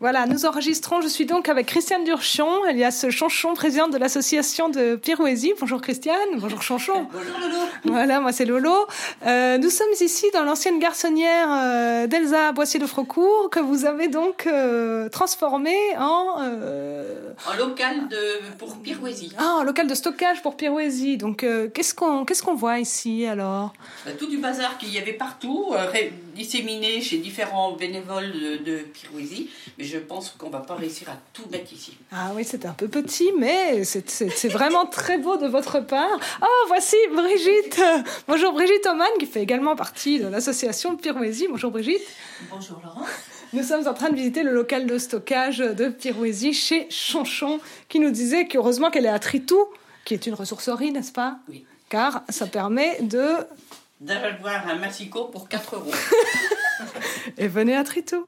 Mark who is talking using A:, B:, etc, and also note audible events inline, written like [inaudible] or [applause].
A: Voilà, nous enregistrons. Je suis donc avec Christiane Durchon, alias Chanchon, présidente de l'association de Pirouésie. Bonjour Christiane, bonjour
B: [laughs]
A: Chanchon.
B: Bonjour Lolo.
A: Voilà, moi c'est Lolo. Euh, nous sommes ici dans l'ancienne garçonnière euh, d'Elsa Boissier de Frocourt, que vous avez donc euh, transformée en. euh,
B: En local de, pour Pirouésie.
A: ah, en local de stockage pour Pirouésie. Donc euh, qu'est-ce qu'on qu'est-ce qu'on voit ici alors
B: Euh, Tout du bazar qu'il y avait partout, euh, ré- disséminé chez différents bénévoles de, de Pirouésie. Mais je pense qu'on va pas réussir à tout mettre ici.
A: Ah oui, c'est un peu petit, mais c'est- c'est c'est vraiment très beau de votre part. Oh, voici Brigitte. Bonjour Brigitte Oman, qui fait également partie de l'association Pirouésie. Bonjour Brigitte.
C: Bonjour Laurent.
A: Nous sommes en train de visiter le local de stockage de Pirouésie chez Chanchon, qui nous disait qu'heureusement qu'elle est à Tritou, qui est une ressourcerie, n'est-ce pas
B: Oui.
A: Car ça permet de...
B: D'avoir un massicot pour 4 euros.
A: Et venez à Tritou